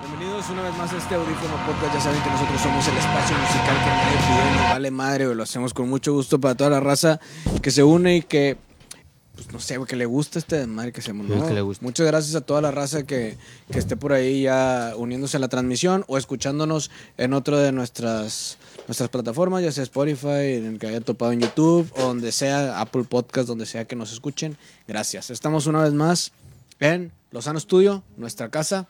Bienvenidos una vez más a este Audífono Podcast. Ya saben que nosotros somos el espacio musical que nadie pidió y nos vale madre, güey. Lo hacemos con mucho gusto para toda la raza que se une y que, pues no sé, güey, que le gusta este desmadre que hacemos, ¿no? Que le gusta. Muchas gracias a toda la raza que, que esté por ahí ya uniéndose a la transmisión o escuchándonos en otra de nuestras, nuestras plataformas, ya sea Spotify, en el que haya topado en YouTube, o donde sea, Apple Podcast, donde sea que nos escuchen. Gracias. Estamos una vez más en Lozano Studio, nuestra casa.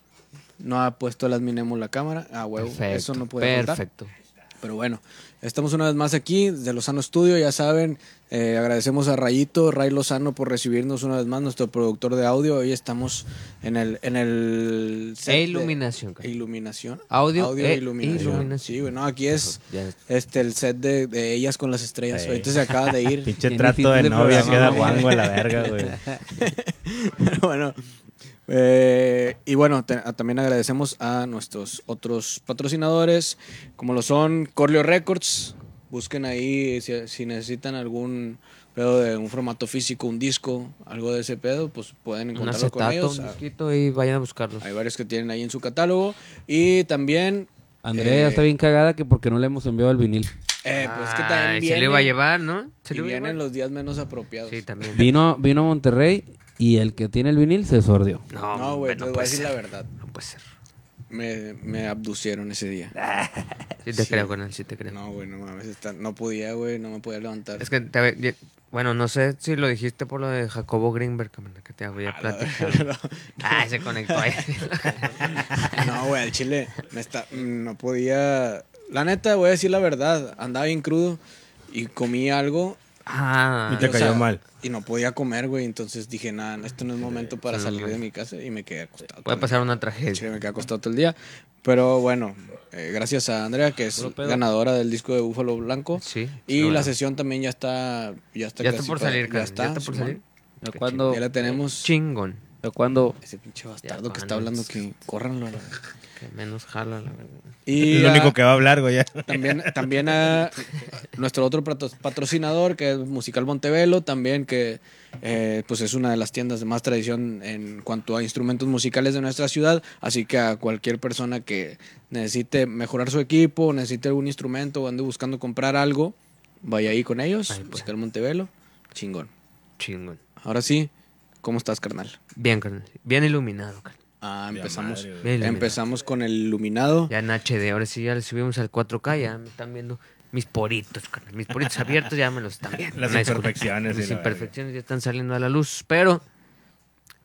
No ha puesto las minemos la cámara. Ah, huevo. Perfecto. Eso no puede faltar. Perfecto. Pero bueno, estamos una vez más aquí desde Lozano Studio, ya saben, eh, agradecemos a Rayito, Ray Lozano por recibirnos una vez más, nuestro productor de audio. Hoy estamos en el... En el set E de- iluminación, cara. iluminación. Audio e e iluminación. iluminación. Sí, bueno, aquí es Ya. este, el set de, de ellas con las estrellas. Ey. Ahorita se acaba de ir. Pinche Bien trato de difícil de novia programar, queda güey. guango a la verga, güey. Pero bueno. eh, y bueno, te- a- también agradecemos a nuestros otros patrocinadores, como lo son Corleo Records. Busquen ahí si, si necesitan algún pedo de un formato físico, un disco, algo de ese pedo, pues pueden Un encontrarlo con acetato, ellos. un Ah, disquito y vayan a buscarlos. Hay varios que tienen ahí en su catálogo. Y también. Andrea eh, está bien cagada que porque no le hemos enviado el vinil. eh, pues es que Ay, también. se le va a viene- llevar, ¿no? Se y le va a vienen llevar. los días menos apropiados. Sí, también. Vino, vino a Monterrey y el que tiene el vinil se sordió. No, pues. no, güey, hombre, te no, voy a puede decir ser. la verdad. No puede ser. Me, me abducieron ese día. Sí te creo, Conan, sí te creo. No, pues güey, no mames. está- no podía, güey, no me podía levantar. Es que, te ve- ye- bueno, no sé si lo dijiste por lo de Jacobo Greenberg, cabrón, que te voy a platicar. Ah, se conectó ahí. No, güey, al chile me está, mm, no podía. La neta, voy a decir la verdad. Andaba bien crudo y comí algo. Ah, Y te o cayó mal. Y no podía comer, güey. Entonces dije, nada, esto no es momento para Sí, salir güey. de mi casa y me quedé acostado. puede todo el pasar una día. tragedia. Chile, me quedé acostado todo el día. Pero bueno, eh, gracias a Andrea, que es Puro pedo. ganadora del disco de Búfalo Blanco. Sí. Y no, la no. sesión también ya está. Ya está, Ya está casi por pa- salir, Ya Conan, está, Ya está por Simón. salir. Ya cuando, Ya la tenemos. Chingón. ya cuando Ese pinche bastardo que Juan, está no hablando sé. que córranlo. a la- Que menos jala, la verdad. Y Es lo a- único que va a hablar, güey. ya. también, también a nuestro otro patro- patrocinador que es Musical Montevelo, también que eh, pues es una de las tiendas de más tradición en cuanto a instrumentos musicales de nuestra ciudad. Así que a cualquier persona que necesite mejorar su equipo, necesite algún instrumento o ande buscando comprar algo, vaya ahí con ellos, Ahí, pues. Musical Montevelo, chingón. Chingón. Ahora sí, ¿cómo estás, carnal? Bien, carnal. Bien iluminado, carnal. Ah, empezamos. madre, güey. Bien iluminado. Empezamos con el iluminado. Ya en HD, ahora sí ya le subimos al 4K, ya me están viendo mis poritos, carnal. Mis poritos abiertos ya me los están viendo. Las Una disculpa. imperfecciones y Las la verga. imperfecciones ya están saliendo a la luz, pero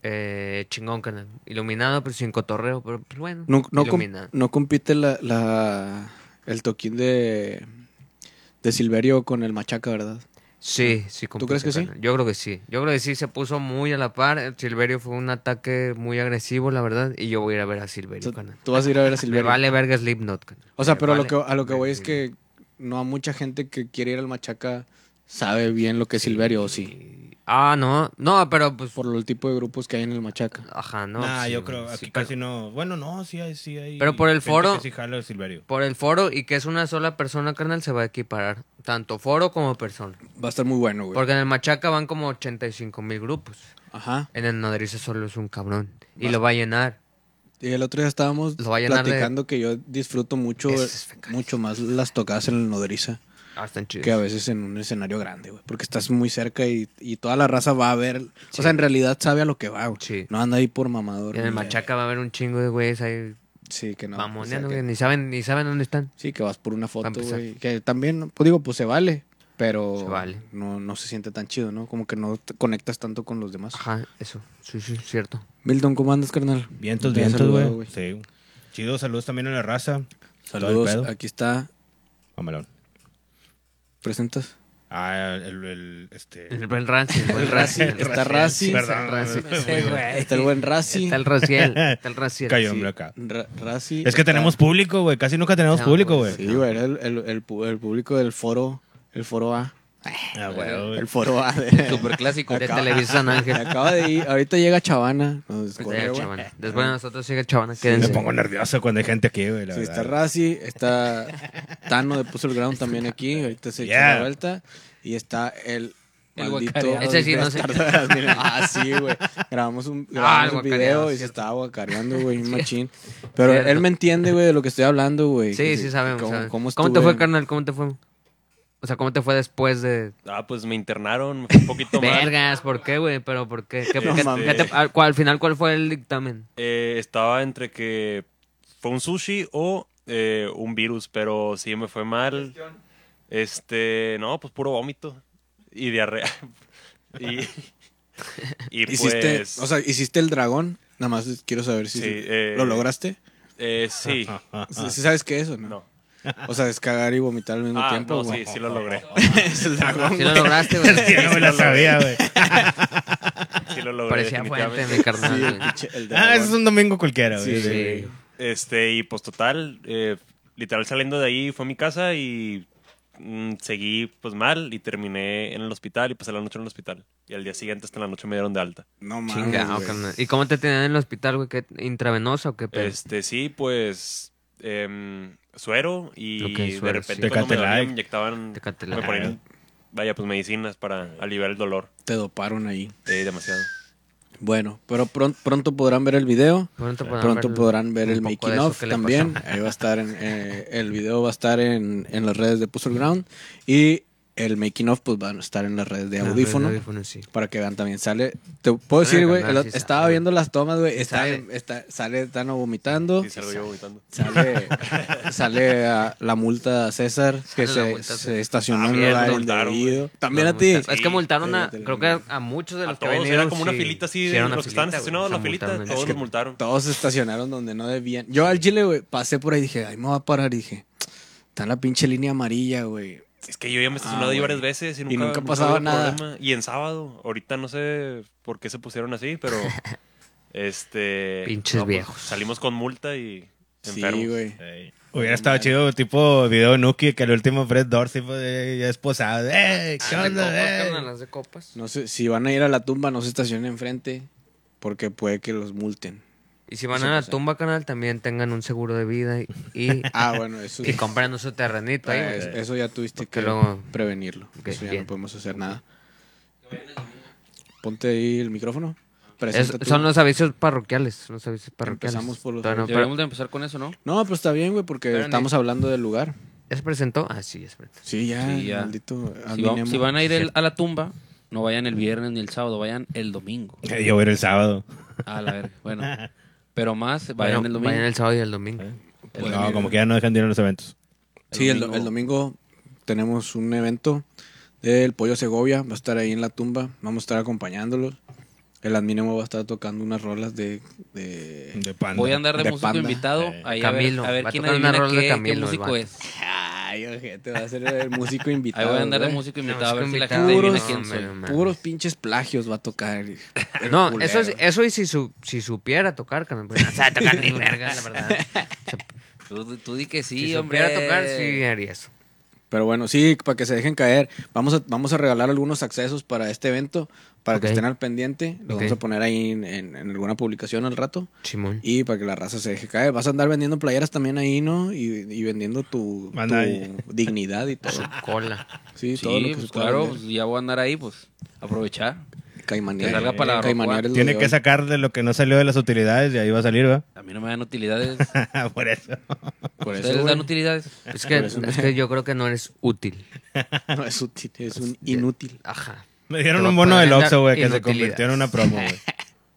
eh, chingón, carnal. Iluminado, pero sin cotorreo, pero pues, bueno. No, no, com- iluminado. no compite la, la- el toquín de, de Silverio con el Machaca, ¿verdad? Sí, sí. compite, crees que sí? carnal. Yo creo que sí. Yo creo que sí, se puso muy a la par. Silverio fue un ataque muy agresivo, la verdad, y yo voy a ir a ver a Silverio, Tú, carnal. tú vas a ir a ver a Me Silverio. vale verga Slipknot, carnal. O sea, Me pero lo vale que, a lo que verga voy es Slipknot. que no a mucha gente que quiere ir al Machaca sabe bien lo que es Silverio, o sí. Ah, no. No, pero pues... Por el tipo de grupos que hay en el Machaca. Ajá, no. pues, Nah, sí, yo güey, creo, sí, aquí pero- casi no. Bueno, no, sí hay, sí hay. Pero por el gente foro- que Sí, jala el Silverio. Por el foro y que es una sola persona, carnal, se va a equiparar. Tanto foro como persona. Va a estar muy bueno, güey. Porque en el Machaca van como 85 mil grupos. Ajá. En el Nodriza solo es un cabrón. Y lo va a llenar. Y el otro día estábamos Lo va a llenar de- platicando que yo disfruto mucho, Heces fecales. mucho más las tocadas en el Nodriza. Ah, están chidos. que a veces en un escenario grande, güey. Porque estás muy cerca y, y toda la raza va a ver. O sea, en realidad sabe a lo que va, güey. Sí. No anda ahí por mamador. Y en el ni- Machaca va a haber un chingo de güeyes ahí Sí, que no. pues, o sea, mamoneando, que- güey, Ni saben, ni saben dónde están. sí, que vas por una Va a foto, empezar. güey. Que también, pues digo, pues se vale. Pero Se vale. No, no se siente tan chido, ¿no? Como que no te conectas tanto con los demás. Ajá, eso. Sí, sí, cierto. Milton, ¿cómo andas, carnal? Vientos, Te había vientos, saludado, güey. Sí. Chido, saludos también a la raza. Todo el Saludos. pedo. Aquí está. Mamalón. ¿Presentas? Ah, el, el, este. El buen Rancy. El buen Rancy. el Está Raciel, Raci. sí, Perdón, el Raci. güey. Ese güey. Está el buen Raci. Está el Raciel. Está el Raciel. Cayó, sí. hombre, acá. Ra- Raci. Es que Está- tenemos público, güey. Casi nunca tenemos No, público, güey, güey. Sí, güey, era el, el, el pu- el público del foro, el foro A. Ah, güey, güey. El foro A. de- Superclásico de Acaba- Televisa San Me Ángel. acaba de ir. Ahorita llega Chavana. No, es Pues correo, llega güey. Eh, Chavana. Después de nosotros llega Chavana. Me Quédense. pongo nervioso cuando hay gente aquí, güey. la Sí, está verdad. Razi, está Tano de Puzzle Ground también aquí. Ahorita se echó Yeah. la vuelta. Y está el El Maldito. guacareado. Ese sí, no sé. bastardo. Mira, ah, sí, güey. Grabamos un, Ah, el grabamos un guacareado, video y se cierto. estaba guacareando, güey, un machín. Pero Cierto. él me entiende, güey, de lo que estoy hablando, güey. Sí, sí, sabemos. ¿Cómo, sabemos. cómo ¿Cómo, estuve? te fue, carnal? ¿Cómo te fue? O sea, ¿cómo te fue después de...? Ah, pues me internaron, me fue un poquito mal. Vergas, ¿por qué, güey? ¿Pero por qué? ¿Qué- No qué- mames. qué te- al, cuál- al final, ¿cuál fue el dictamen? Eh, estaba entre que fue un sushi o eh, un virus, pero sí me fue mal. Este, no, pues puro vómito y diarrea. y, y ¿Hiciste, pues, o sea, ¿hiciste el dragón? Nada más quiero saber si Sí, eh, lo lograste. eh, sí. Ah, Si sabes qué es o no? No. O sea, es cagar y vomitar al mismo Ah, tiempo, no, güey. sí, sí lo logré. es el dragón. ¿Sí lo lograste, güey? Yo no me la sabía, güey. Sí lo logré. Parecía fuerte, definitivamente. mi Sí, carnal, el güey. pinche- el dragón. Ah, ese es un domingo cualquiera, Sí, güey. sí. Sí. Este, y pues total, eh, literal saliendo de ahí fue a mi casa y mm, seguí pues mal y terminé en el hospital y pasé la noche en el hospital. Y al día siguiente hasta la noche me dieron de alta. No mames. Chingado, güey. carnal. ¿Y cómo te tenían en el hospital, güey? ¿Qué, ¿Intravenosa o qué pedo? Este, sí, pues em, suero y Ok, de suero, repente sí. cuando me, dolía, Tecatelic. me inyectaban, Tecatelic. me ponían, vaya, pues medicinas para aliviar el dolor. Te doparon ahí. Eh, demasiado. Bueno, pero pron- pronto podrán ver el video. Pronto podrán Pronto ver podrán ver un el poco de making eso of que le también. pasó. Ahí va a estar en, eh, el video va a estar en, en las redes de Puzzle Ground y el making of pues van a estar en las redes de Ah, Audífono. de audífono, sí. Para que vean también, sale. Te puedo decir, Verga, güey, no, el- sí sale. estaba viendo las tomas, güey. está- Sale. está- Sale Tano vomitando. Sí, salgo yo vomitando. Sale, sale a la multa a César que Sale la se, multa, sí. se estacionó Ah, en un bien, lugar multaron, güey. indebido. También Los a ti. multaron. Es que multaron a, Sí, creo que a muchos de A los que todos, vinieron. era como una sí. filita así, Sí, de era los una que estaban filita, güey. estacionados, la Se filita, multaron, todos es que- los multaron. eh, Todos se estacionaron donde no debían. Yo al Chile, güey, pasé por ahí y dije, ay, me voy a parar. Y dije, está en la pinche línea amarilla, güey. Es que yo ya me he estacionado ahí Ah, güey. varias veces y nunca, nunca pasaba hubo nada. problema. Y en sábado, ahorita no sé por qué se pusieron así, pero este Pinches pues, viejos. salimos con multa y enfermos. Sí, güey. Ey. Hubiera estado chido, tipo video Nuki, que el último Fred Dorsey fue, eh, ya esposado. ¡Eh! ¿Qué Las de onda, copas, eh? Ah, carnal, las de copas. No sé, si van a ir a la tumba, no se estacionen enfrente porque puede que los multen. Y si van a la tumba, canal, también tengan un seguro de vida y, y, Ah, bueno, eso, y compran su terrenito ahí, eh, güey. eso ya tuviste que Porque luego- prevenirlo. Ok, eso ya bien. no podemos hacer nada. Ponte ahí el micrófono. Es- Presenta tú. son los avisos parroquiales. son los avisos parroquiales. Empezamos por los Todavía no, pero- Deberíamos Eh, de empezar con eso, ¿no? No, pues está bien, güey, porque Espérame. estamos hablando del lugar. ¿Ya se presentó? Ah, sí, ya se presentó. Sí, ya, Sí, ya. maldito. Si, Admin va- Emo. si van a ir el- a la tumba, no vayan el viernes ni el sábado, vayan el domingo. Eh, Yo voy a ir el sábado. A la verga. Bueno, pero más, vayan Bueno, el domingo. Vayan el sábado y el domingo. Eh, El no, domingo. como que ya no dejan de ir a los eventos. Sí, el, do- el domingo tenemos un evento del Pollo Segovia. Va a estar ahí en la tumba. Vamos a estar acompañándolos. El adminemo va a estar tocando unas rolas de. de- De panda. Voy a andar de, De músico panda. invitado. Eh. Ahí Camilo, a ver, a ver va a quién tocar una adivina rola de qué, qué Camilo, el músico vato. es. Ay, ojete, va a ser el músico Ahí invitado. voy a andar de ¿eh? güey. músico invitado a ver si la Músico gente adivina invitado. quién No, hombre, soy. no. Puros pinches plagios va a tocar. el- el No, culero. eso, es- eso y si, su- si supiera tocar, carnal. pues, no sabe tocar ni verga, la verdad. Tú, tú di que sí, si hombre. supiera tocar, sí haría eso. Pero bueno, sí, para que se dejen caer. Vamos a, vamos a regalar algunos accesos para este evento. Para Ok. que estén al pendiente. Lo vamos Ok. a poner ahí en- en- en alguna publicación al rato. Simón. Y para que la raza se deje caer. Vas a andar vendiendo playeras también ahí, ¿no? Y, y vendiendo tu, Anda tu ahí. dignidad y todo. Cola. Sí, Sí, todo lo que pues se pueda claro, vender. pues, ya voy a andar ahí, pues aprovechar. Caimanear. que salga para la Caimanear ropa. es lo de Tiene hoy. que sacar de lo que no salió de las utilidades y ahí va a salir, ¿va? A mí no me dan utilidades. Por eso. Por eso, ¿Ustedes les dan güey, Eh. utilidades? Es que, es que yo creo que no eres útil. no es útil, es un inútil. Ajá. Me dieron Te un va a bono poder del dar Oxxo, güey, que se inutilidades. convirtió en una promo, güey.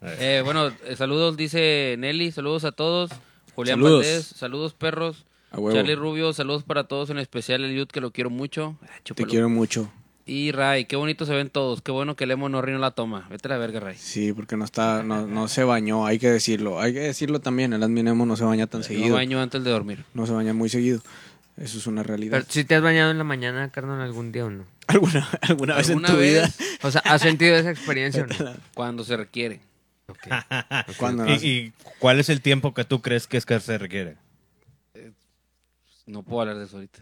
Eh, bueno, eh, saludos, dice Nelly. Saludos a todos. Julián Saludos. Valdés, saludos, perros. A huevo. Charlie Rubio, saludos para todos, en especial el Yud, que lo quiero mucho. Ah, Te chúpalo. quiero mucho. Y Ray, qué bonito se ven todos. Qué bueno que Lemo no rino la toma. Vete a la verga, Ray. Sí, porque no está, no, no se bañó, hay que decirlo. Hay que decirlo también, el adminemo no se baña tan No seguido. baño antes de dormir. No se baña muy seguido. Eso es una realidad. Pero si te has bañado en la mañana, carnal, algún día o no. ¿Alguna, alguna vez en ¿Alguna tu vez? vida? O sea, ¿has sentido esa experiencia o no? Cuando se requiere. Ok. Cuando no- ¿Y, y cuál es el tiempo que tú crees que es que se requiere? No puedo hablar de eso ahorita.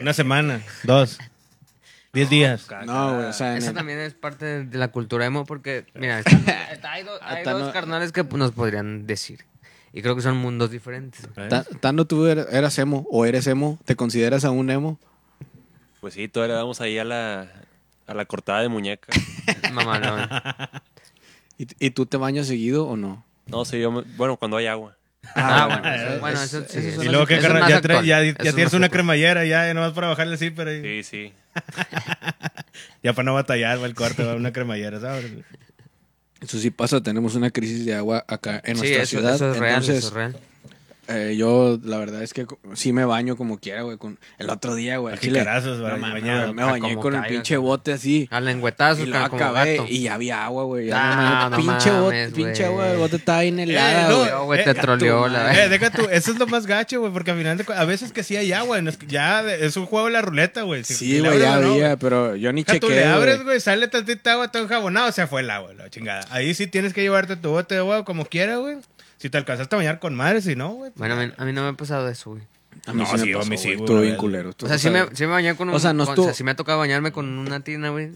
Una semana, dos, diez días. No, güey, o sea, en Eso el- Ah, también es parte de la cultura emo porque, mira, está- está- hay, do- hay Hasta dos no- carnales que nos podrían decir. Y creo que son mundos diferentes. Ta- Tando, tú er- eras emo o eres emo, ¿te consideras aún emo? Pues sí, todavía le damos ahí a la, a la cortada de muñeca. Mamalón. ¿Y, y tú te bañas seguido o no? No sé, yo, me- bueno, cuando hay agua. Ah, bueno, bueno, eso sí, esas eso son Y las- luego que Eso es carnal, más ya, traes- actual. ya- ya Eso es más tienes una actual. cremallera, ya eh, nomás para bajarle así, pero Sí, sí. ya para no batallar, va el cuarto, va una cremallera, ¿sabes? Eso sí pasa, tenemos una crisis de agua acá en Sí, nuestra eso, ciudad. eso es real, Entonces, eso es real. eh, yo la verdad es que co- sí me baño como quiera, güey. Con... El otro día, güey. A al chile, jicarazos, güey, me- me me- bañaba, Me bañé como con el caiga, pinche güey. bote así. A Y lengutazos, lo cara, como acabé gato. y ya había agua, güey. Ya Ah, no mames, no pinche bote, mames, pinche güey. agua, el bote está bien Eh, helada, no, güey. No, güey, te troleó la Eh, deja tú, eso es lo más gacho, güey, porque al final de cu- a veces que sí hay agua, no es que- ya de- es un juego de la ruleta, güey. Si- si Sí, le güey, abres ya o no, güey. había, pero yo ni Deja tú le chequé. abres, güey, sale tantita agua, todo enjabonado, se fue el agua, la chingada. Ahí sí tienes que llevarte tu bote de agua como quieras, güey. Si te alcanzaste a bañar con madre, si no, güey. Bueno, a mí, a mí no me ha pasado eso, güey. A mí No, sí, me sí, a pasó, mí sí, güey, güey, Estuvo una bien vez. culero. estuvo O sea, sí me, pasado. sí me bañé con un... O sea, ¿Mm? no con- estuvo- sí me ha tocado bañarme con una tina, güey.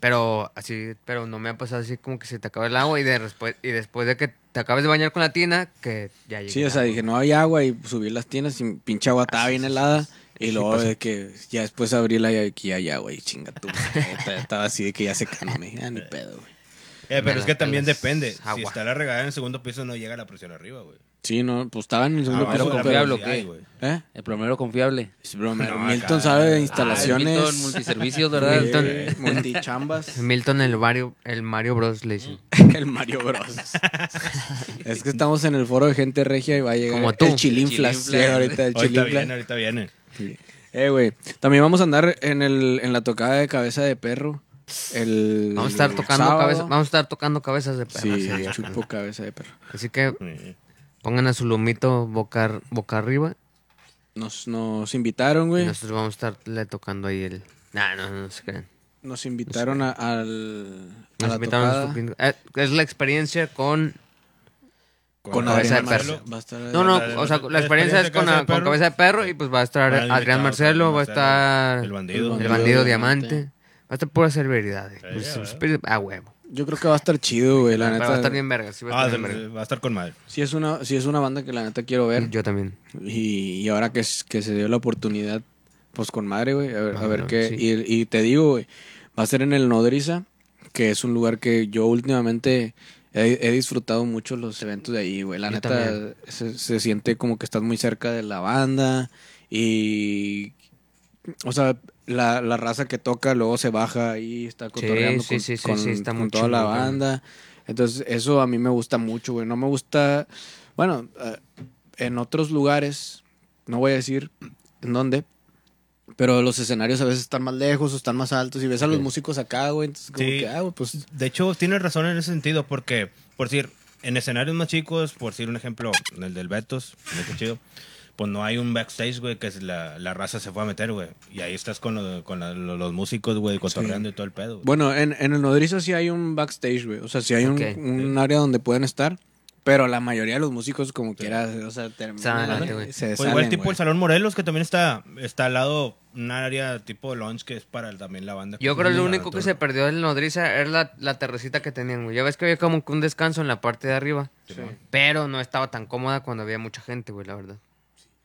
Pero así, pero no me ha pasado así como que se te acaba el agua y, de respu- y después de que te acabes de bañar con la tina, que ya llegué. Sí, o sea, dije, no había agua y subí las tiendas y pinche agua estaba bien helada. Y luego de que ya después abrí la y aquí hay agua y chinga tú. madre, ya Estaba así de que ya se calme. Ah, ni pedo, güey. Eh, Me pero es la que también pelas. depende. Si Agua. está la regada en el segundo piso, no llega la presión arriba, güey. Sí, no, pues estaba en el segundo Abajo pero piso, de la con pero- Diablo, velocidad, ¿qué? güey. ¿Eh? El plomero confiable. Es broma, No, Milton acá- sabe de Ah, el instalaciones. Milton, multiservicios, ¿verdad? eh, Multichambas. Milton el Mario, el Mario Bros le dicen. El Mario Bros. es que estamos en el foro de gente regia y va a llegar Como tú. el chilinflas. Chilinflas. Llega ahorita el Ahorita chilinflas. viene, ahorita viene. Sí. Eh, güey. También vamos a andar en, el, en la tocada de cabeza de perro. Mm. El Vamos a estar tocando sábado. cabezas, vamos a estar tocando cabezas de perro Sí, ese día, chupo carnal. cabeza de perro. Así que Sí. pongan a su lumito boca, boca arriba Nos, nos invitaron, y güey. nosotros vamos a estarle tocando ahí el. Nah, no, no se crean. Nos invitaron a, al. a Nos la invitaron a tocada. su quinto- eh, es la experiencia con. Con cabeza Adrián de Marcelo. perro. Va a estar No, no, la- la- o sea, la la experiencia es experiencia con, de la- Cabeza con de Perro. cabeza de perro y pues va a estar Van Adrián invitados, Marcelo, va a estar El bandido. El el Bandido bandido diamante. Va a estar pura celebridad. eh. Sí, Pues, ¿verdad? espíritu- ah, huevo. Yo creo que va a estar chido, güey. La Pero va a estar neta. bien verga. Sí, va a Ah, estar se- bien verga. va a estar con madre. Sí es, una, sí es una banda que la neta quiero ver. Yo también. Y, y ahora que, s- que se dio la oportunidad, pues con madre, güey. A ver, a Ah, ver no, qué. sí. Y, y te digo, güey, va a ser en el Nodriza, que es un lugar que yo últimamente he, he disfrutado mucho los eventos de ahí, güey. La Yo neta, también. se, se siente como que estás muy cerca de la banda y. O sea, la, la raza que toca luego se baja ahí, está cotorreando sí, con, sí, sí, con- sí, está con muy toda la chingón, güey. banda. Entonces, eso a mí me gusta mucho, güey. No me gusta. Bueno, eh, en otros lugares, no voy a decir en dónde, pero los escenarios a veces están más lejos o están más altos y ves a los músicos acá, güey, entonces como Sí. que, ah, güey, pues De hecho, tienes razón en ese sentido, porque, por decir, en escenarios más chicos, por decir un ejemplo, el del Betos, ¿no? Qué chido, pues no hay un backstage, güey, que es la, la raza se fue a meter, güey. Y ahí estás con, lo- con la- lo- los músicos, güey, cotorreando y todo el pedo. güey. Bueno, en, en el nodrizo sí hay un backstage, güey. O sea, sí hay un, Ok. un área donde pueden estar. Pero la mayoría de los músicos, como quiera, o sea, Salen terminan. adelante, güey. se O salen, Pues igual tipo güey. el Salón Morelos, que también está, está al lado un área tipo lounge que es para también la banda. Yo que creo es que lo la único que se altura. perdió del nodriza era la, la terracita que tenían, güey. Ya ves que había como que un descanso en la parte de arriba. Pero no estaba tan cómoda cuando había mucha gente, güey, la verdad.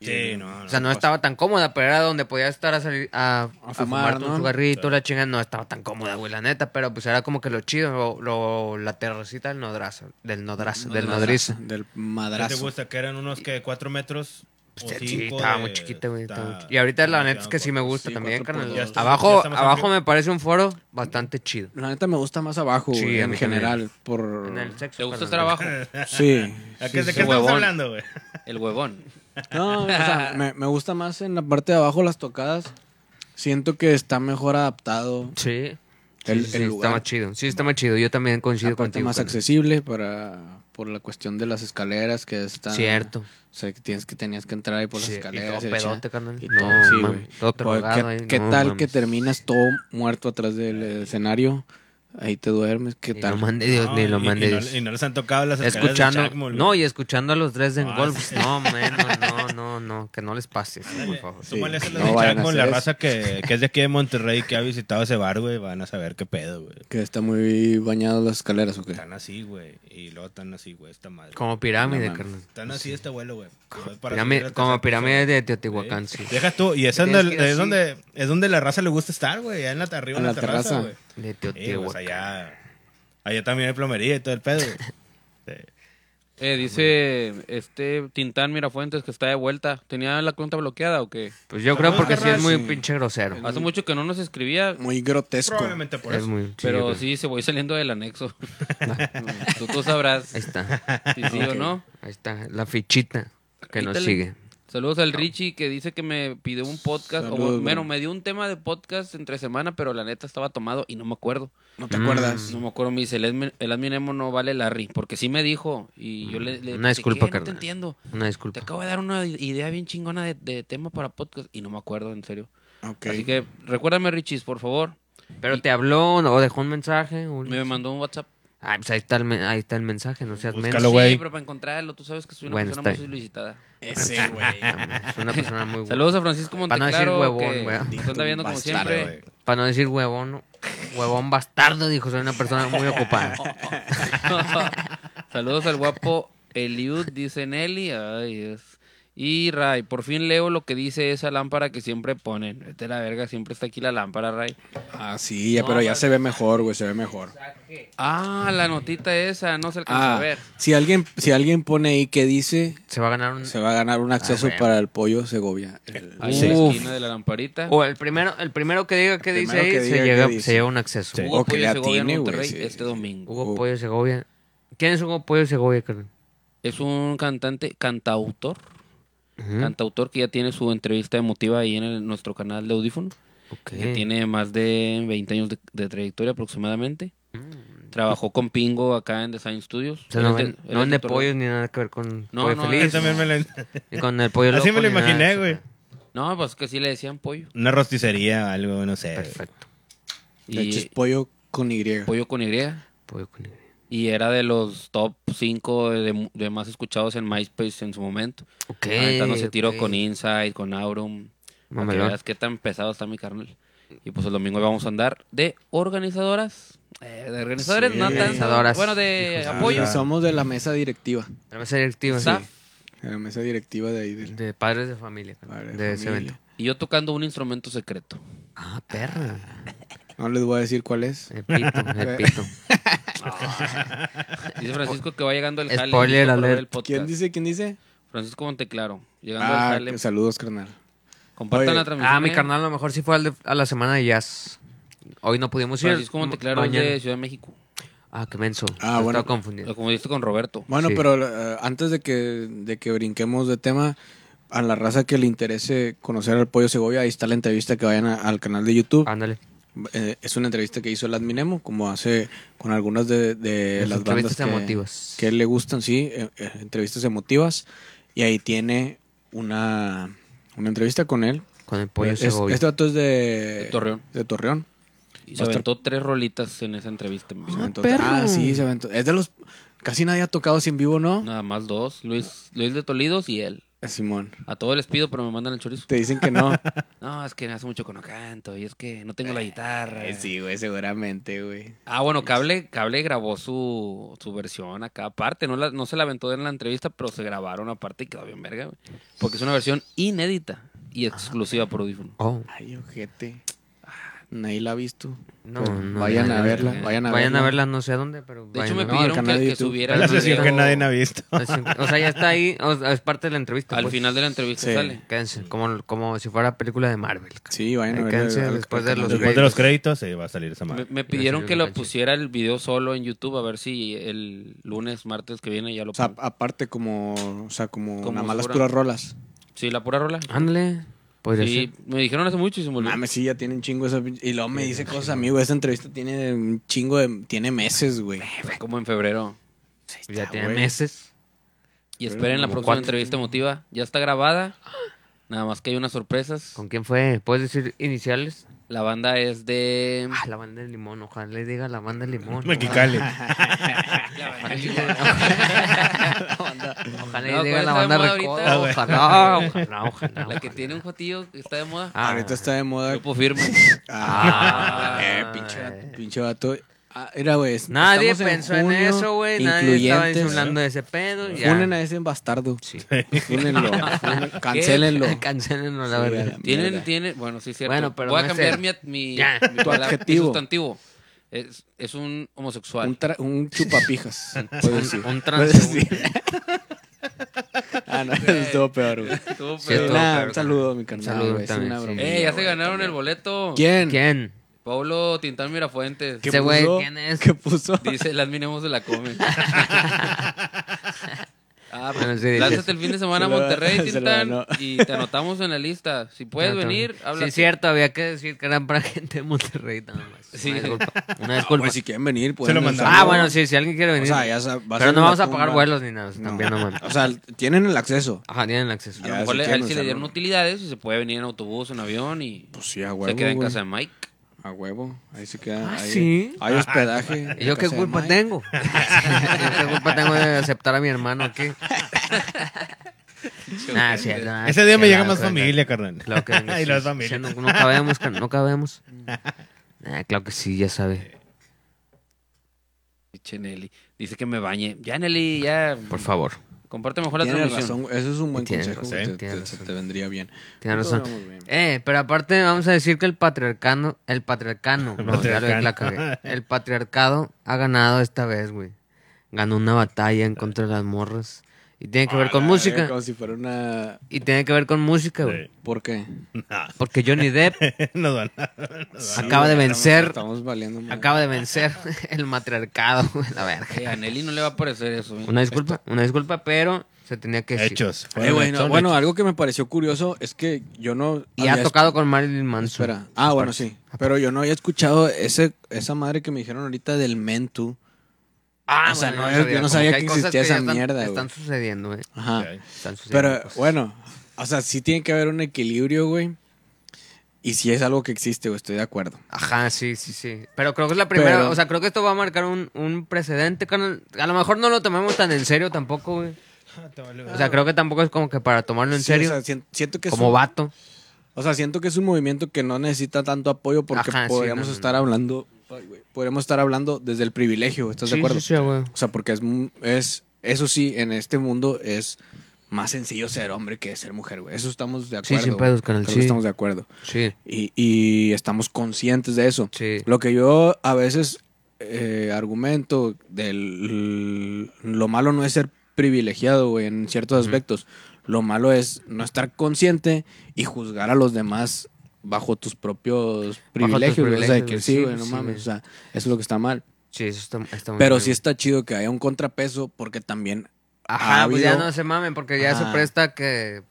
Sí, no, no. O sea, no estaba tan cómoda, pero era donde podías estar a, salir, A a, a fumar, fumar, tu ¿no? cigarrito, la chinga. No estaba tan cómoda, güey, la neta. Pero pues era como que lo chido, lo, lo- la terracita del nodrazo, del nodrazo, del nodriza. Del ¿Qué te madrazo. gusta? Que eran unos que cuatro metros. o Pues Sí, sí, cinco estaba de- muy chiquita, güey. estaba está- muy chi- Y ahorita la está neta es que sí me gusta sí, también, cuatro por carnal. dos. Ya está- ya Abajo, está más abajo amplio. me parece un foro bastante chido. La neta me gusta más abajo, Sí, güey, a en mí también. general. Por... En el sexo. ¿Te gusta carnal. estar abajo? Sí. ¿A sí, qué- ¿De sí. qué estamos huevón. hablando, güey? El huevón. No, o sea, me, me gusta más en la parte de abajo las tocadas. Siento que está mejor adaptado. Sí. El- Sí, sí, el sí, lugar. Está más chido. Sí, está más chido. Yo también coincido aparte contigo. más carnal. accesible para por la cuestión de las escaleras que están Cierto. O sea, que tienes que tenías que entrar ahí por las Sí, y escaleras. todo la pedote, chingada. carnal. Y No, todo, sí, mames, güey. todo Porque drogado ¿Qué, ahí, qué no tal que mames. terminas todo muerto atrás del escenario? Ahí te duermes, ¿qué Ni tal? lo mande Dios, No, ni lo y- mande y, no- Dios. y no les han tocado las escaleras Escuchando, de Chacmol, no, güey. y escuchando a los Dresden Ah, Wolves. sí. No, men, no, no, no, que no les pase, sí, por favor. Tú molestas Sí, a los no de vayan a Chacmol, hacer la eso. raza que, que es de aquí de Monterrey que ha visitado ese bar, güey, van a saber qué pedo, güey. Que está muy bañado las escaleras, ¿o qué? Están así, güey. Y luego están así, güey, esta madre. Como pirámide, No mames. carnal. Están así este vuelo, güey. Para Pirámide- subir al como tercer pirámide piso, de güey. Teotihuacán, sí. Deja tú, y es, Tienes donde, que ir así. es, donde, es donde la raza le gusta estar, güey, allá en la, arriba en la, terraza, güey. De Sí, pues Teotihuacán. allá, allá también hay plomería y todo el pedo, güey. Sí. Eh, dice este Tintán Mirafuentes que está de vuelta. ¿Tenía la cuenta bloqueada o qué? Pues yo creo porque sí es muy Sí. pinche grosero. Hace mucho que no nos escribía, Muy grotesco. Probablemente por Es eso. muy, sí, yo pero creo. sí se voy saliendo del anexo. tú, tú sabrás Ahí está. si sí o no. Ahí está. La fichita que nos Quítale. sigue. Saludos al Richie que dice que me pidió un podcast. o Saludos, bueno, bro. me dio un tema de podcast entre semana, pero la neta estaba tomado y no me acuerdo. ¿No te acuerdas? No me acuerdo, me dice, el, admin- el admin emo no vale Larry, porque sí me dijo. Y yo le, le Mm. Una dije, disculpa, "¿Qué? No te carnal. entiendo. Una Te disculpa. acabo de dar una idea bien chingona de, de tema para podcast y no me acuerdo, en serio. Ok. Mm. Así que recuérdame, Richis, por favor. Pero te habló o dejó un mensaje. o- Me mandó un WhatsApp. Ah, pues ahí está el, me- ahí está el mensaje, no seas Búscalo, menos. güey. Sí, pero para encontrarlo, tú sabes que soy una Bueno, persona muy está bien. solicitada. Ese, güey. Es una persona muy Saludos a Francisco Para no decir Monteclaro, huevón, que güey. nos anda viendo como Bastardo, siempre. güey. Para no decir huevón, huevón bastardo, dijo, soy una persona muy ocupada. Saludos al guapo Eliud, dice Nelly. Ay, Dios. Y Ray, por fin leo lo que dice esa lámpara que siempre ponen. Vete a la verga, siempre está aquí la lámpara, Ray. Ah, sí, ya, pero ya se ve mejor, güey, se ve mejor. Ah, la notita esa, no se alcanza a Ah, ver. si alguien, si alguien pone ahí que dice, Se va a ganar Mm. un... se va a ganar Ah, un acceso bueno. para el pollo Segovia. El- Ahí Sí. en la Uf. esquina de la lamparita. O el primero, el primero que diga que El dice primero ahí, que diga se, qué llega, dice. se lleva un acceso. Sí. Hugo o que le Pollo Segovia en atine, güey, Monterrey sí, este sí. domingo. Hugo Uh. Pollo Segovia. ¿Quién es Hugo Pollo Segovia, carnal? Es un cantante, cantautor. Mm. Ah, Cantautor que ya tiene su entrevista emotiva ahí en el- nuestro canal de audífono. Ok. que tiene más de 20 años de, de trayectoria aproximadamente. Trabajó con Pingo acá en Design Studios. Mm. O sea, Él no es vende, el- él no es el vende doctor- pollos ni nada que ver con No, pollo no, Yo feliz. también me la... ni con el pollo Así loco, me lo ni nada de imaginé, eso, güey. carnal. No, pues que sí le decían pollo. Una rosticería, algo, no sé. Perfecto. De hecho, es Y pollo con Y. pollo con Y. Pollo con Y. Y era de los top 5 de, de más escuchados en MySpace en su momento. Ok. Ahorita no se tiró ok. con Insight, con Aurum. Para que Mamelón. veas qué tan pesado está mi carnal. Y pues el domingo vamos a andar de organizadoras. Eh, de organizadores, Sí. no tan- Organizadoras. Bueno, de Hijos de- apoyo. Y Ah, somos de la mesa directiva. La mesa directiva, sí. Staff. De la mesa directiva de ahí. del- De padres de familia. carnal, Padre de de ese familia. evento. Y yo tocando un instrumento secreto. Ah, perra. No les voy a decir cuál es. El pito, el pito. Dice Francisco que va llegando el jale. Spoiler listo para ver alert. el podcast. ¿Quién dice? ¿Quién dice? Francisco Monteclaro. Llegando Ah, al jale. que saludos, carnal. Compartan Oye. la transmisión. Ah, mi eh. carnal, a lo mejor sí fue al de- a la semana de jazz. Hoy no pudimos ir. eh. Francisco Monteclaro es Mañana. de Ciudad de México. Ah, qué menso. Ah, Ah, bueno. Estaba Lo confundido. confundiste con Roberto. Bueno, Sí. pero eh, antes de que, de que brinquemos de tema, a la raza que le interese conocer al Pollo Segovia, ahí está la entrevista que vayan a- al canal de YouTube. Ándale. Eh, es una entrevista que hizo el Adminemo, como hace con algunas de, de Las las bandas entrevistas que, emotivas. que le gustan, sí, eh, eh, entrevistas emotivas. Y ahí tiene una, una entrevista con él. Con el pollo Es- Segovia. Este dato es de, De Torreón. De Torreón. Y se aventó tres rolitas en esa entrevista. Se aventó- ah, sí, se aventó. Es de los... Casi nadie ha tocado sin vivo, ¿no? Nada más dos. Luis, Luis de Tolidos y él. Simón. A todos les pido, pero me mandan el chorizo. Te dicen que no. No, es que hace mucho que no canto y es que no tengo la guitarra. Eh, sí, güey, seguramente, güey. Ah, bueno, Cable, Cable grabó su, su versión acá aparte. No, la- no se la aventó en la entrevista, pero se grabaron aparte y quedó bien verga, güey. Porque es una versión inédita Ah, y exclusiva por audífono. Oh, Ay, ojete. Ah, Nadie la ha visto. no, Pero no, vayan no, a no, verla, no, no. vayan a Vayan a verla. verla, no sé a dónde, pero. De hecho, me vayan no, al a pidieron canal que, de que YouTube. subiera Es la el sesión que video. nadie ha visto. verla. O sea, ya está ahí. o sea, es parte de la entrevista. Al pues. final de la entrevista Sí. sale. Quédense, como, como si fuera película de Marvel. ca- Sí, vayan a Ahí verla. quédense al- al después de canal los Después de créditos. los créditos, se va a salir esa Me, madre. me pidieron yo que lo lo caché. pusiera el video solo en YouTube, a ver si el lunes, martes que viene ya lo O sea, pongo. aparte como, o sea, como, Como nada más las pura- puras rolas. Sí, la pura rola. Ándale. Podría Sí, ser. me dijeron hace mucho y se me olvidó. Mames, sí, ya tiene un chingo esa pinche- Y luego me dice cosas, amigo, esta entrevista tiene un chingo de... Tiene meses, güey. Fue Como en febrero. Pues Ya tiene Ah, güey. meses. Y esperen la como próxima cuatro. entrevista emotiva. Ya está grabada. Nada más que hay unas sorpresas. ¿Con quién fue? ¿Puedes decir iniciales? La banda es de. Ah, la banda del limón. Ojalá le diga la banda del limón. Mexicali. Ah, Ojalá No, le diga la ¿cuál está de banda moda recodo. ahorita? Ojalá, ojalá, ojalá. La que tiene un jotillo que está de moda. Ah, Ahorita está de moda. Grupo firme. Ah, Ah. eh, pinche, vato, pinche vato. Ah, Mira, güey. es- Nadie estamos pensó en, junio, eso, güey. Nadie estaba incluyentes. hablando de ese pedo. Ya. Unen a ese bastardo. Sí. Únenlo. únen- Cancélenlo. Cancélenlo, la Sí, verdad. la- Tienen, Mierda. tienen, bueno, sí, cierto. Bueno, pero Voy no a es cambiar el- mi, mi, Ya. mi palabra- mi adjetivo. sustantivo. Es, es un homosexual. Un, tra- un chupapijas. puedo decir. Un, un Puedo transeúnte. decir. ah, no, estuvo peor, güey. Tú, Sí, Sí, pero- estuvo nada, peor. un saludo a mi carnal, Saludo güey, es también, una sí. broma. Eh, ya se ganaron el boleto. ¿Quién? ¿Quién? Pablo Tintán Mirafuentes. ¿Qué Ese güey, puso? ¿quién es? ¿Qué puso? Dice, las minemos de la come. ah, pues, Bueno, sí, dice- lánzate el fin de semana a Se lo- Monterrey, se lo Tintán, ganó. y te anotamos en la lista. Si puedes Tanto. venir, Sí, habla. es cierto, había que decir que eran para gente de Monterrey nada más. Sí. Una disculpa. Una Pues, disculpa. si quieren venir, pues. Se lo nos mandamos. saludan. ah, bueno, sí, si alguien quiere venir. O sea, ya sa- va a pero ser una no vamos a pagar tumba. vuelos ni nada, también no mames. O sea, tienen el acceso. Ajá, tienen acceso. A lo Ya, mejor si le- a quieren, él sí o le sea, dieron no. utilidades y se puede venir en autobús, en avión y Pues sí, a huevo. se queda en güey. casa de Mike. A huevo. Ahí se queda. Ah, ahí- ¿sí? Hay hospedaje. ¿Y yo qué culpa tengo? tengo? ¿Yo qué culpa tengo de aceptar a mi hermano aquí? Nah, sí, nah, Ese día sí, me llega nah, más claro, familia, carnal. Claro que y sí, las sí, familias. no, no cabemos, carnal, no cabemos. Ah, claro que sí, ya sabe. Che, Nelly. Dice que me bañe. Ya, Nelly, ya. Por favor, Comparte mejor la Tienes transmisión. razón, güey, eso es un buen Tienes consejo, razón, güey, te- tienes te- se razón. te vendría bien. tiene Entonces, razón. vamos bien. Eh, pero aparte vamos a decir que el patriarcano, el patriarcano, no, ya lo dije, la cagué. el patriarcado ha ganado esta vez, güey. Ganó una batalla en contra de las morras y tiene que ver con Eh, música. Como si fuera una... Y tiene que ver con música, güey. ¿Por qué? Porque Johnny Depp Nos van a- acaba de vencer, Estamos valiendo madre. acaba de vencer el matriarcado, güey, la verga. Eh, a Nelly no le va a parecer eso. ¿eh? Una disculpa, una disculpa, pero se tenía que decir. Hechos. Eh, Fueron- güey, no, son bueno, algo que me pareció curioso es que yo no... Y ha había- tocado con Marilyn Manson. Ah, Espera. Ah, bueno, sí. Pero yo no había escuchado ese, esa madre que me dijeron ahorita del Mentu. Ah, O sea, bueno, no, yo no como sabía hay que cosas existía ya esa están- mierda, güey. Están sucediendo, güey. Ajá. Ok. Están sucediendo Pero cosas. bueno, o sea, sí tiene que haber un equilibrio, güey. Y si es algo que existe, güey, estoy de acuerdo. Ajá, sí, sí, sí. Pero creo que es la primera. Pero- O sea, creo que esto va a marcar un, un precedente, carnal. A lo mejor no lo tomemos tan en serio tampoco, güey. O sea, creo que tampoco es como que para tomarlo en Sí, serio. o sea, sien- siento que es como un- vato. O sea, siento que es un movimiento que no necesita tanto apoyo porque Ajá, sí, podríamos no, no, estar hablando, ay, güey, podríamos estar hablando desde el privilegio, ¿estás Sí, de acuerdo? sí, sí, güey. O sea, porque es, mu- es, eso sí, en este mundo es más sencillo ser hombre que ser mujer, güey. Eso estamos de Sí, acuerdo. sin güey. pedos, carnal, Creo sí. que estamos de acuerdo. Sí. Y, y estamos conscientes de eso. Sí. Lo que yo a veces eh, argumento del lo malo no es ser privilegiado güey, en ciertos aspectos. Lo malo es no estar consciente y juzgar a los demás bajo tus propios privilegios. güey. o sea, privilegios, que güey, sí, sí, güey, no sí, mames. güey. O sea, eso es lo que está mal. Sí, eso está, está muy Pero bien, sí está chido que haya un contrapeso porque también. güey. ha Ajá, pues ya habido- no se mamen, porque ya Ajá. se presta que.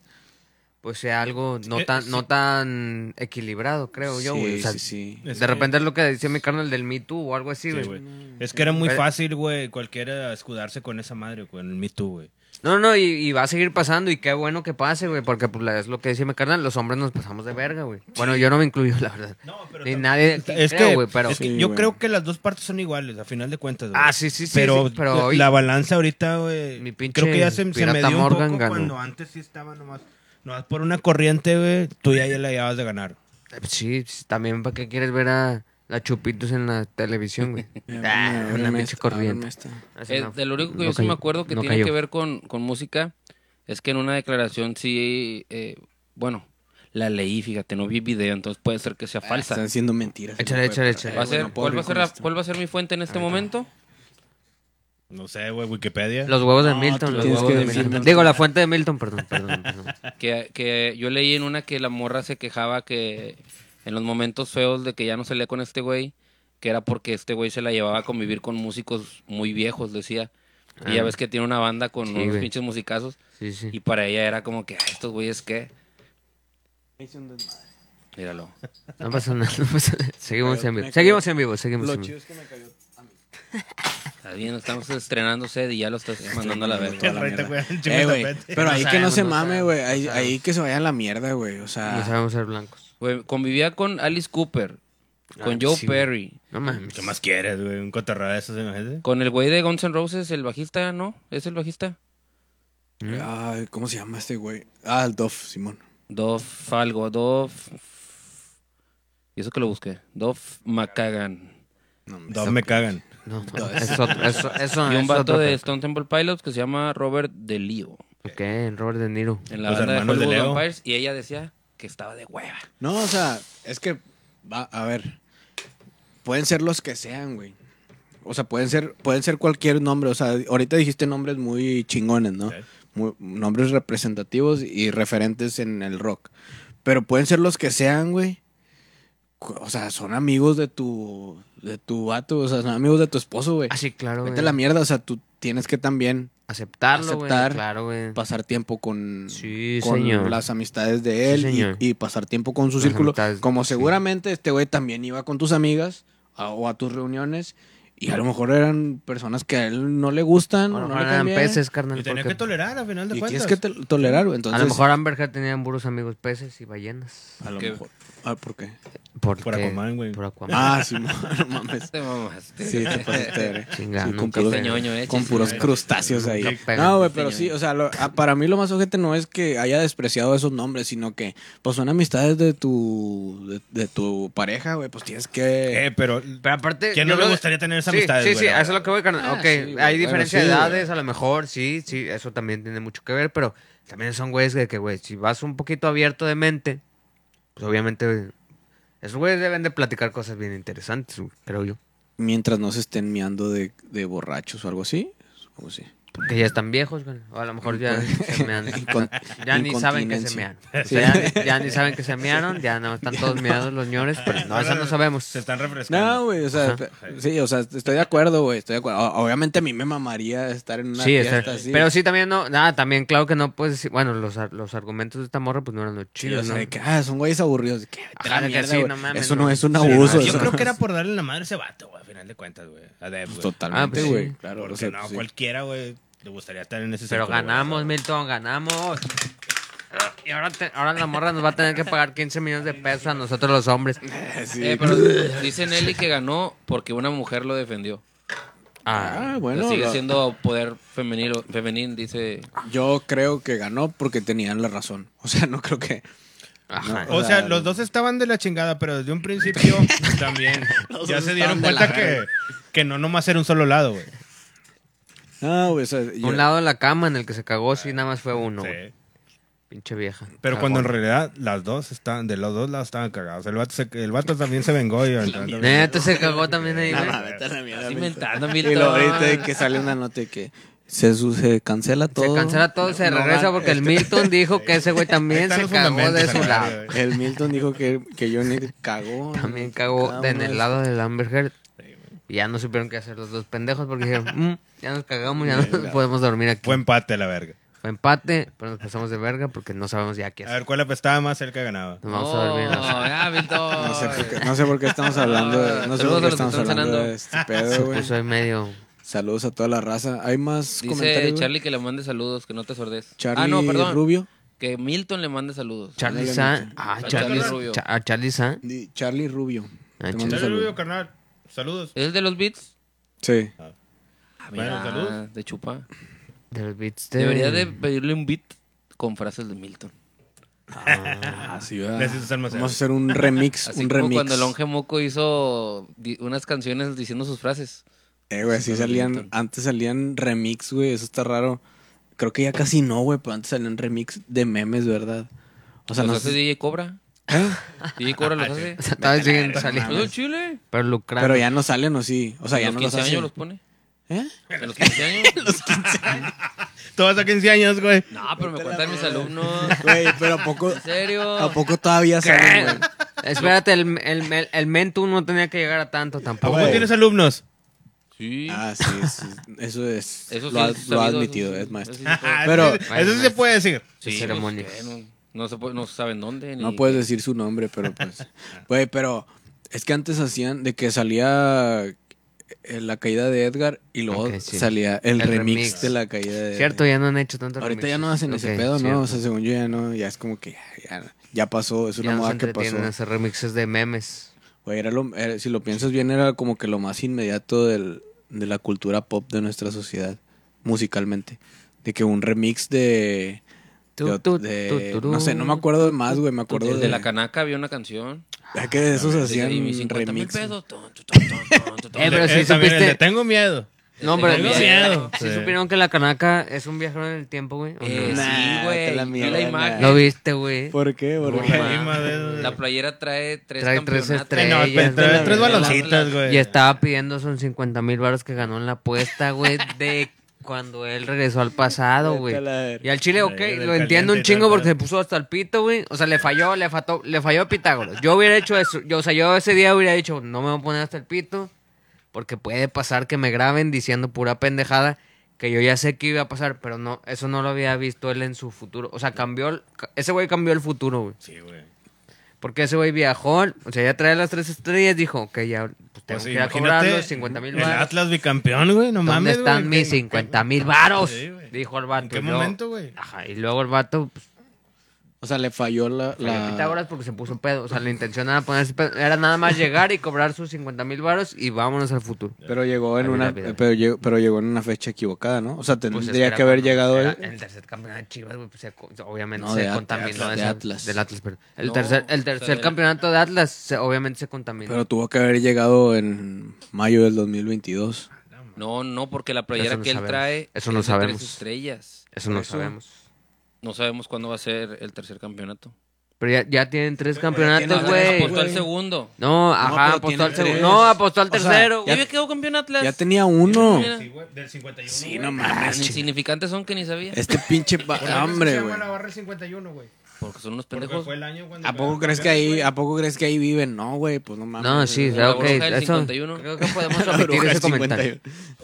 Pues sea algo no Eh, tan, sí. no tan equilibrado, creo yo, Sí, güey. O sea, Ah, sí, sí. Es de que- repente es lo que decía mi carnal del Me Too o algo así, Sí, güey. Eh. güey. Es que era muy Pero- fácil, güey, cualquiera escudarse con esa madre, güey, en el Me Too, güey. No, no, y, y va a seguir pasando y qué bueno que pase, güey, porque pues, la- es lo que decía mi carnal, los hombres nos pasamos de verga, güey. Bueno, yo no me incluyo, la verdad. No, pero Ni tam- nadie aquí Es creo, que, eh, güey, pero... es que Sí, yo güey. creo que las dos partes son iguales, a final de cuentas. güey. Ah, sí, sí, sí, Pero, sí, pero hoy- la balanza ahorita, güey. Mi pinche creo que ya se, se me pirata dio un Morgan poco ganó. cuando antes sí estaba nomás. Nomás por una corriente, güey, tú ya, ya la llevabas de ganar. eh, Sí, sí, también para qué quieres ver a la Chupitos en la televisión, güey. Ah, Ábreme una esta, pinche corriente. ábreme esta. Así Eh, no- de lo único que no yo sí cayó, me acuerdo que no tiene cayó. que ver con, con música es que en una declaración sí, eh, bueno, la leí, fíjate, no vi video, entonces puede ser que sea Ah, falsa. Están siendo mentiras. Échale, No puede échale, pasar. échale. va a Eh, ser, No puedo ¿cuál, va abrir a ser con la- esto. cuál va a ser mi fuente en este momento? No sé, güey, Wikipedia. Los huevos de No, Milton, tú los tienes huevos que de Milton. decirnos. Digo, la fuente de Milton, perdón, perdón. perdón. Que, que yo leí en una que la morra se quejaba que en los momentos feos de que ya no se lee con este güey, que era porque este güey se la llevaba a convivir con músicos muy viejos, decía. Y ya Ah. ves que tiene una banda con Sí, unos güey. pinches musicazos. Sí, sí. Y para ella era como que, "Ay, estos güeyes qué. Míralo. No pasa nada, no pasa nada. Seguimos en vivo, me seguimos en vivo, seguimos Lo en chido vivo. es que me cayó Está bien, estamos estrenando sed y ya lo estás mandando a la toda verga. la rey te mierda. juega un chingo Eh, de güey, tapete. Pero No ahí que no sabemos, se no mame, sabemos, güey. no Ahí, sabemos. ahí que se vaya a la mierda, güey. O No sea, sabemos ser blancos. Güey, Convivía con Alice Cooper, con Ah, Joe sí, güey. Perry, No mames. ¿Qué más quieres, güey? Un cotorreo de esos, imagínate. con el güey de Guns N' Roses, el bajista, ¿no? ¿Es el bajista? ay, ¿cómo se llama este güey? Ah, el Dof, Simón. Dov Falgo, Dov. Y eso que lo busqué. Dov Macagan. Dos me cagan. No, es otro- eso, eso Y un Ah, es vato otro de pe- Stone Temple Pilots que se llama Robert De Leo. Ok, Robert De Niro. En la Los banda de hermanos de Hollywood Leo. Vampires. Y ella decía que estaba de hueva. No, o sea, es que, va, a ver, pueden ser los que sean, güey. O sea, pueden ser, pueden ser cualquier nombre. O sea, ahorita dijiste nombres muy chingones, ¿no? Sí. Muy- nombres representativos y referentes en el rock. Pero pueden ser los que sean, güey. Cu- O sea, son amigos de tu, de tu vato, o sea, son amigos de tu esposo, güey. Ah, sí, claro, Eh, Vete güey. a la mierda, o sea, tú tienes que también Aceptarlo, güey. Aceptar. Pues, Claro, güey. pasar tiempo con, Sí, con señor. las amistades de él Sí, y- señor. y, pasar tiempo con su Las círculo. amistades, Como sí. seguramente este güey también iba con tus amigas a- o a tus reuniones y a lo mejor eran personas que a él no le gustan. A lo o no mejor le eran caen bien, peces, carnal. Y tenía porque- que tolerar a final de Y tienes cuentas. que te- tolerar, güey. Entonces, a lo mejor Amber Heard tenía puros amigos peces y ballenas. a lo Que- mejor- Ah, ¿por qué? Porque- Por Aquaman, güey. Por Aquaman. Ah, sí, no mames. Te mamaste. Sí, te pasaste, eh. Chinga, Sí, con nunca puros, pe- ñoño, eh, con chis- puros eh. crustáceos ahí. Nunca pegan. No, güey, pero Sí, sí, ñoño. o sea, lo- a- para mí lo más ojete no es que haya despreciado esos nombres, sino que, pues son amistades de tu, de, de tu pareja, güey, pues tienes que... Eh, pero. Pero aparte. ¿Quién yo no le creo- gustaría tener esa sí, amistad? Sí, sí, a eso es lo que voy, carnal. Ah, ok, sí, güey, hay bueno, diferencia sí, de güey. edades, a lo mejor, sí, sí, eso también tiene mucho que ver, pero también son güeyes de que, güey, si vas un poquito abierto de mente, pues obviamente. güey, Esos güeyes deben de platicar cosas bien interesantes, güey, creo yo. Mientras no se estén miando de, de borrachos o algo así, supongo que sí. Que ya están viejos, güey. O a lo mejor ya se mean. Incon- ya ni saben que se mean. incontinencia. O sea, ya, ya ni saben que se mearon, ya no están todos meados los ñores, pero no, eso no sabemos. Se están No, refrescando. güey, o sea, pe- sí, o sea, estoy de acuerdo, güey, estoy de acuerdo. O- Obviamente a mí me mamaría estar en una Sí, fiesta o sea, así. pero sí también no, nada, también claro que no puedes decir, bueno, los, ar- los argumentos de esta morra pues no eran los Sí, o chidos, sea, ¿no? de que, ah, son güeyes aburridos. de que, vete a la Ajá, de que mierda, sí, güey. no mames, eso no. no es un Sí, abuso. eso no, Yo creo no que era es- por darle la madre a ese vato, güey, a final de cuentas, güey. A Deb, güey. Ah, Totalmente, pues güey. sí. Claro, Porque o sea, no, sí. cualquiera, güey, le gustaría estar en ese Pero círculo, güey. ganamos, Milton, ganamos. Y ahora, te- ahora la morra nos va a tener que pagar 15 millones de pesos a nosotros los hombres. Eh, pero dice Nelly que ganó porque una mujer lo defendió. Ah, Ah, O sea, bueno. sigue lo- siendo poder femenino, femenil, dice. Yo creo que ganó porque tenían la razón. O sea, no creo que. ajá. no. O sea, Claro. los dos estaban de la chingada, pero desde un principio también Los ya dos se dieron estaban de la cuenta que, que no nomás era un solo lado, güey. No, güey. o sea, yo- Un lado de la cama en el que se cagó, sí, nada más fue uno. Sí. Ah, güey. Pinche vieja. Pero cuando en Cagón. realidad las dos estaban, de los dos lados estaban cagados. El vato, se- el vato también se vengó y Neta, se cagó también ahí, No, güey. no, Ah, vete a la mierda, Estás Milton. inventando, Y Milton. luego ahorita de que sale una nota de que se, su- se cancela todo. Se cancela todo, se No, regresa gan- porque el este- Milton dijo que ese güey también Están se los cagó de fundamentos a su la lado. verga, güey. El Milton dijo que, que Johnny cagó. También cagó de en el lado del Amber Heard. Y ya no supieron qué hacer los dos pendejos porque dijeron, "Mm, ya nos cagamos, ya no podemos dormir aquí. Fue empate a la verga. Fue empate, pero nos pasamos de verga porque no sabemos ya qué A Ah, hacer. ver, ¿cuál apestaba más cerca ganaba? Nos vamos a dormir. No, ya, Milton. No sé, por qué, no sé por qué estamos hablando de, no sé Saludos por qué a los que estamos están hablando cenando. de este pedo, güey. Yo soy medio... Saludos a toda la raza. ¿Hay más comentarios? Dice güey? Charlie que le mande saludos, que no te sordes. Charlie ah, no, perdón. Rubio. Que Milton le mande saludos. Charlie Ándale, Sa... Milton. Ah, Saludos Charlie, a Rubio. Cha- a Charlie Sa... Di- Charlie Rubio. Ah, Te mando Charlie un saludo. Saludos, carnal. Saludos. ¿Es de los beats? Sí. Ah, Bueno, mira, saludos. de chupa. De los beats de... Debería de pedirle un beat con frases de Milton. Ah, sí, ¿verdad? Gracias, Almacén. Vamos a hacer un remix, Así un como remix. cuando el Onge Moco hizo di- unas canciones diciendo sus frases. Eh, güey, sí salían, antes salían remix, güey, eso está raro. Creo que ya casi no, güey, pero antes salían remix de memes, ¿verdad? O sea, los no hace sé- ¿eh? DJ Cobra. DJ Cobra Ah, los hace. Todavía siguen Pues saliendo. el chile. Pero lucrando. Pero ya no salen, ¿o sí? O sea, ya en no los los 15 hacen. años los pone. ¿Eh? En los 15 años. Todos a 15 años, güey. No, pero me cuentan mis alumnos. Güey, pero ¿a poco, ¿En serio? ¿a poco todavía salen, güey? Espérate, el, el, el, el Mentum no tenía que llegar a tanto ¿A tampoco. poco tienes alumnos? Sí. Ah, sí, sí, eso es. Eso sí lo, ha, es lo ha sabido, admitido, eso sí- es maestro. eso sí se puede. Pero Eso sí- eso sí se puede decir. Ah, Sí, pues, ceremonia. ¿qué? No, no se puede- no saben dónde. Ni No puedes decir su nombre, pero Ah. pues. Güey, pero es que antes hacían de que salía eh, la caída de Edgar y luego Ok, sí. salía el, El remix, remix. de la caída de Cierto, Edgar. ya no han hecho tanto Ahorita ya no hacen ese pedo, ¿no? O sea, según yo ya no, ya es como que ya, ya- ya pasó, es es una una moda que pasó. hacer remixes de memes. Güey, era lo- era- si lo piensas bien, era como que lo más inmediato del- de la cultura pop de nuestra sociedad, musicalmente. De que un remix de. Tu, de- tu, de- tu, tu, no sé, no me tu, acuerdo de más, güey. Me acuerdo El de la canaca había una canción. Ah, que de esos hacían Y mis 50 mil remix. pesos. ton, ton, ton, ton, ton, ton. Eh, pero Eh, sí también el de supiste- tengo miedo. No, pero Tengo si miedo. Sí. supieron que la canaca es un viajero en el tiempo, güey. ¿O no? Eh, Nah, sí, güey. que la vi mierda, la imagen. nah. Lo viste, güey. ¿Por qué? ¿Por No qué? mames. Lima de- La playera trae tres Trae tres campeonatos. Eh, no, Ey, ya pero está la tres, tres verga. baloncitas, güey. Y este estaba pidiendo son 50 mil baros que ganó en la apuesta, güey, de cuando él regresó al pasado, güey. Vete a la verga. Y al chile, ok, Del lo entiendo caliente un y chingo tal, porque pero- se puso hasta el pito, güey. O sea, le falló, le fató, le falló a Pitágoras. Yo hubiera hecho eso. Yo, o sea, yo ese día hubiera dicho, no me voy a poner hasta el pito porque puede pasar que me graben diciendo pura pendejada que yo ya sé que iba a pasar, pero no, eso no lo había visto él en su futuro. O sea, cambió, el- ese güey cambió el futuro, güey. Sí, güey. Porque ese güey viajó, o sea, ya trae las tres estrellas, dijo que ya pues, tengo Pues que ir a imagínate cobrar los 50 mil El baros. Atlas bicampeón, güey. No ¿Dónde mames, güey. están mis ¿Qué- 50 mil varos? Sí, güey. dijo el vato. ¿En qué Y luego- momento, güey? Ajá, y luego el vato, pues, O sea, le falló la... falló la- Pitágoras porque se puso pedo. O sea, la intención era ponerse pedo. Era nada más llegar y cobrar sus 50 mil varos y vámonos al futuro. Pero llegó en Ahí una... rápido. Pero llegó, pero llegó en una fecha equivocada, ¿no? O sea, Pues, tendría espera, que haber cuando llegado... era él. El tercer campeonato de Chivas, güey, pues, se co- obviamente No, se de Atlas, contaminó. de esa- Atlas. Del Atlas, perdón. El No, tercer, el o sea, tercer del- campeonato de Atlas se- obviamente se contaminó. Pero tuvo que haber llegado en mayo del 2022. No, no, porque la playera Eso no que él sabemos. trae Eso es no de sabemos. tres estrellas. Eso no Eso- sabemos. No sabemos cuándo va a ser el tercer campeonato. Ah, Pero ya, ya tienen tres No, campeonatos, tienen- güey. Apostó al segundo. No, ajá, pero apostó al tienen segundo. tres. No, apostó al O sea, tercero. Ya güey. había quedado campeón Atlas. Ya tenía uno. Mira, Sí, güey, Del 51. Sí, no tan Ah, mames. che. insignificantes son que ni sabía. Este pinche... pa- Hambre, güey. barra el 51, güey. Porque son unos Porque pendejos. fue el año cuando ¿A poco quedaron crees que campeones, ahí, güey. ¿a poco crees que ahí viven? No, güey, pues no mames. No, sí, La ok. burbuja del Eso, 51. creo que podemos La omitir bruja ese del comentario.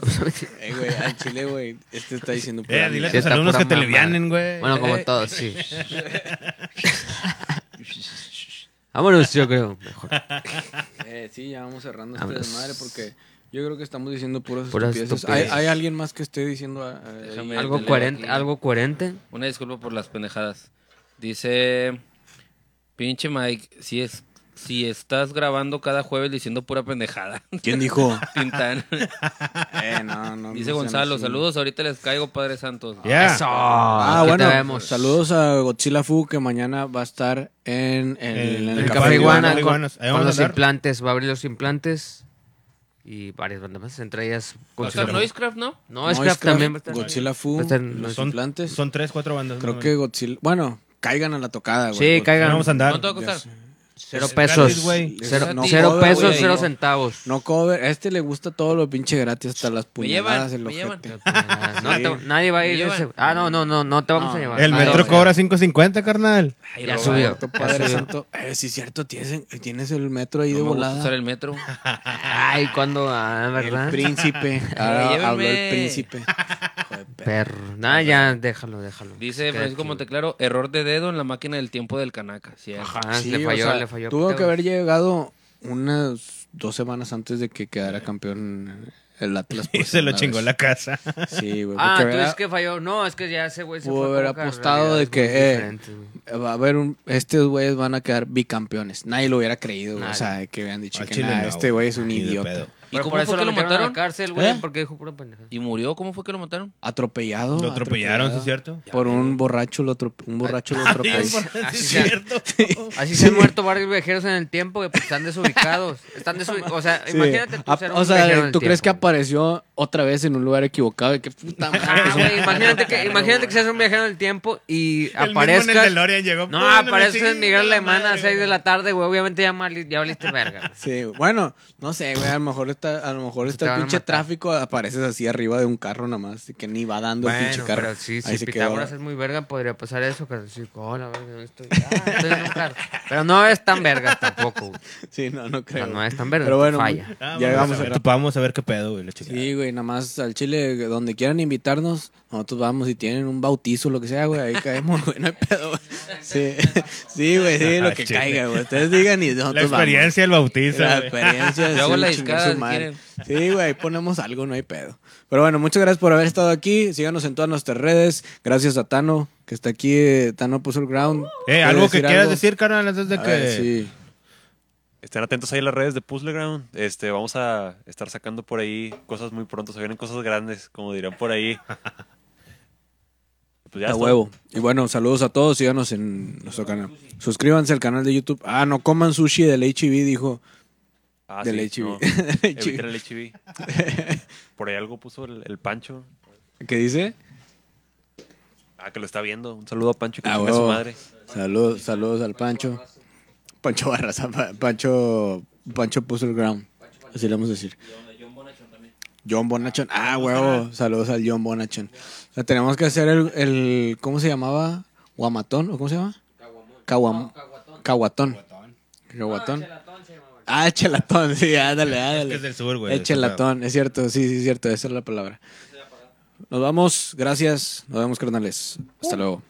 51. Eh, güey, al chile, güey. Este está diciendo. pura Eh, dile mierda. a Sí, tus está alumnos pura que te mamá. livianen, güey. Bueno, como todos, sí. Vámonos, yo creo. Mejor. Eh, sí, ya vamos cerrando este Vámonos. desmadre porque yo creo que estamos diciendo puras, Puras estupideces. estupideces. ¿Hay, hay alguien más que esté diciendo? eh, Déjame- Algo Métele coherente. aquí. Algo coherente. Una disculpa por las pendejadas. Dice, pinche Mike, si es si estás grabando cada jueves diciendo pura pendejada. ¿Quién dijo? Tintán. Eh, no, no, Dice no sean Gonzalo, así. saludos, ahorita les caigo, Padre Santos. Ya. Eso. Ah, aquí te bueno. vemos. Saludos a Godzilla Fu que mañana va a estar en, en- en El el El Café café iguana Iguana. con, Iguanas. Ahí vamos con a los andar. implantes. Va a abrir los implantes. Y varias bandas más. Entre ellas. O sea, Godzilla. Noisecraft, ¿no? pues No, es Craft también. va a estar. Godzilla Fu, Va a estar en los los Son, implantes. son tres, cuatro bandas. Creo ¿no? que Godzilla. Bueno, caigan a la tocada, güey. Sí, Godzilla. caigan. Vamos a andar. ¿Cuánto va a costar? Cero Es gratis, pesos. güey. Cero, Es gratis. cero No pesos, cobra, güey, cero no. centavos. No cover. A este le gusta todo lo pinche gratis, hasta las Me llevan, puñaladas, el me llevan. ojete. No te- nadie va a Me ir. de llevan. ese- ah, no, no, no, no te vamos No. a llevar. El Ah, metro no, cobra 5.50, carnal. Ay, Ya Roberto, subió. Santo Padre Santo. Eh, sí, cierto, tienes, tienes el metro ahí No de me gusta usar volada. el metro. Ay, cuando, ah, ¿verdad? príncipe. Ah, Ahora Llévenme. habló el príncipe. Hijo de perra. Perro. Nah, ya, déjalo, déjalo. Dice Se queda Francisco aquí. Monteclaro, error de dedo en la máquina del tiempo del Canaca. Sí, es. Ajá, Sí, Ah, le o falló, sea, le falló. Tuvo que Pitágoras. haber llegado unas dos semanas antes de que quedara campeón el Atlas. Y por se lo segunda chingó vez. la casa. Sí, güey. Ah, porque tú había- dices que falló. No, es que ya ese güey se Pudo fue haber como a apostado de realidades que, muy eh, diferentes, güey. Va a haber un. Estos güeyes van a quedar bicampeones. Nadie lo hubiera creído, güey. O sea, que habían dicho Al que chile "Nah, no, este güey es un ni de idiota. pedo. ¿Y Pero cómo por eso fue que lo metieron a la mataron? cárcel, güey, ¿Eh? porque dijo pura pendejada. ¿Y murió? ¿Cómo fue que lo mataron? Atropellado. Lo atropellaron, ¿sí es atropellado. cierto? Por un borracho lo atro- un borracho lo atropelló. Así Sí, sea. cierto. Así se han muerto varios viajeros en el tiempo que pues, están desubicados. Están desubicados. O sea, Sí. imagínate tú A- ser un O viajero en sea, el ¿tú crees que tiempo, güey. apareció otra vez en un lugar equivocado? Y que puta madre. Ah, güey, imagínate que, imagínate que seas un viajero en el tiempo y El mismo en el aparezcas. DeLorean llegó, No, "Pum, apareces chinga Miguel la Alemán a madre, 6 de güey". la tarde, güey. Obviamente ya, mal, ya valiste verga. güey. Sí, bueno, no sé, güey, a lo mejor está, a lo mejor te está van el a pinche matar. tráfico, apareces así arriba de un carro nada más, y que ni va dando el pinche Bueno, carro. pero sí, Ahí si se quedó. Pitágoras es muy verga, podría pasar eso. Que decir, hola, verga, ¿dónde estoy? Ah, estoy en un carro. Pero no es tan verga tampoco, güey. Sí, no, no creo. No, no es tan verde, Pero bueno, falla. muy- Ah, ya vamos, vamos a ver, a vamos a ver qué pedo, güey. la chingada. Sí, güey, nada más al Chile, donde quieran invitarnos, nosotros vamos, si tienen un bautizo, lo que sea, güey, ahí caemos, güey, no hay pedo, güey. Sí, sí, güey, sí, lo Ajá, que Ah, Chile. caiga, güey, ustedes digan y nosotros La pues vamos. experiencia del bautizo. La güey. experiencia de Yo hago ser la un chingar discada, su si madre. Sí, güey, ponemos algo, no hay pedo. Pero bueno, muchas gracias por haber estado aquí. Síganos en todas nuestras redes. Gracias a Tano, que está aquí. eh, Tano puso el ground. Eh, ¿Quieres algo que quieras algo? decir, carnal, antes de A que. ver, sí. Estén atentos ahí a las redes de Puzzleground. Este, vamos a estar sacando por ahí cosas muy pronto. Se vienen cosas grandes, como dirán por ahí. Pues ya A está. huevo. Y bueno, saludos a todos. Síganos en nuestro canal. Suscríbanse al canal de YouTube. Ah, no coman sushi del HIV, dijo. Ah, Del sí, HIV. no. Del Evitar el HIV. Por ahí algo puso el, el Pancho. ¿Qué dice? Ah, que lo está viendo. Un saludo a Pancho que Ah, chinga a su huevo. madre. Saludos, saludos al Pancho. Pancho Barraza, Pa- Pancho, Pancho Puzzle Ground. Así le vamos a decir. John Bonachon. Ah, huevo. Saludos al John Bonachon. O sea, tenemos que hacer el, el- ¿cómo se llamaba? ¿Guamatón? ¿O cómo se llama? Caguam- Caguatón. Caguatón. Ah, chelatón, sí, ándale, ándale. es del sur, güey, El está chelatón, es cierto, sí, sí, es cierto, esa es la palabra. Uh. Nos vamos, gracias, nos vemos, carnales. Hasta luego.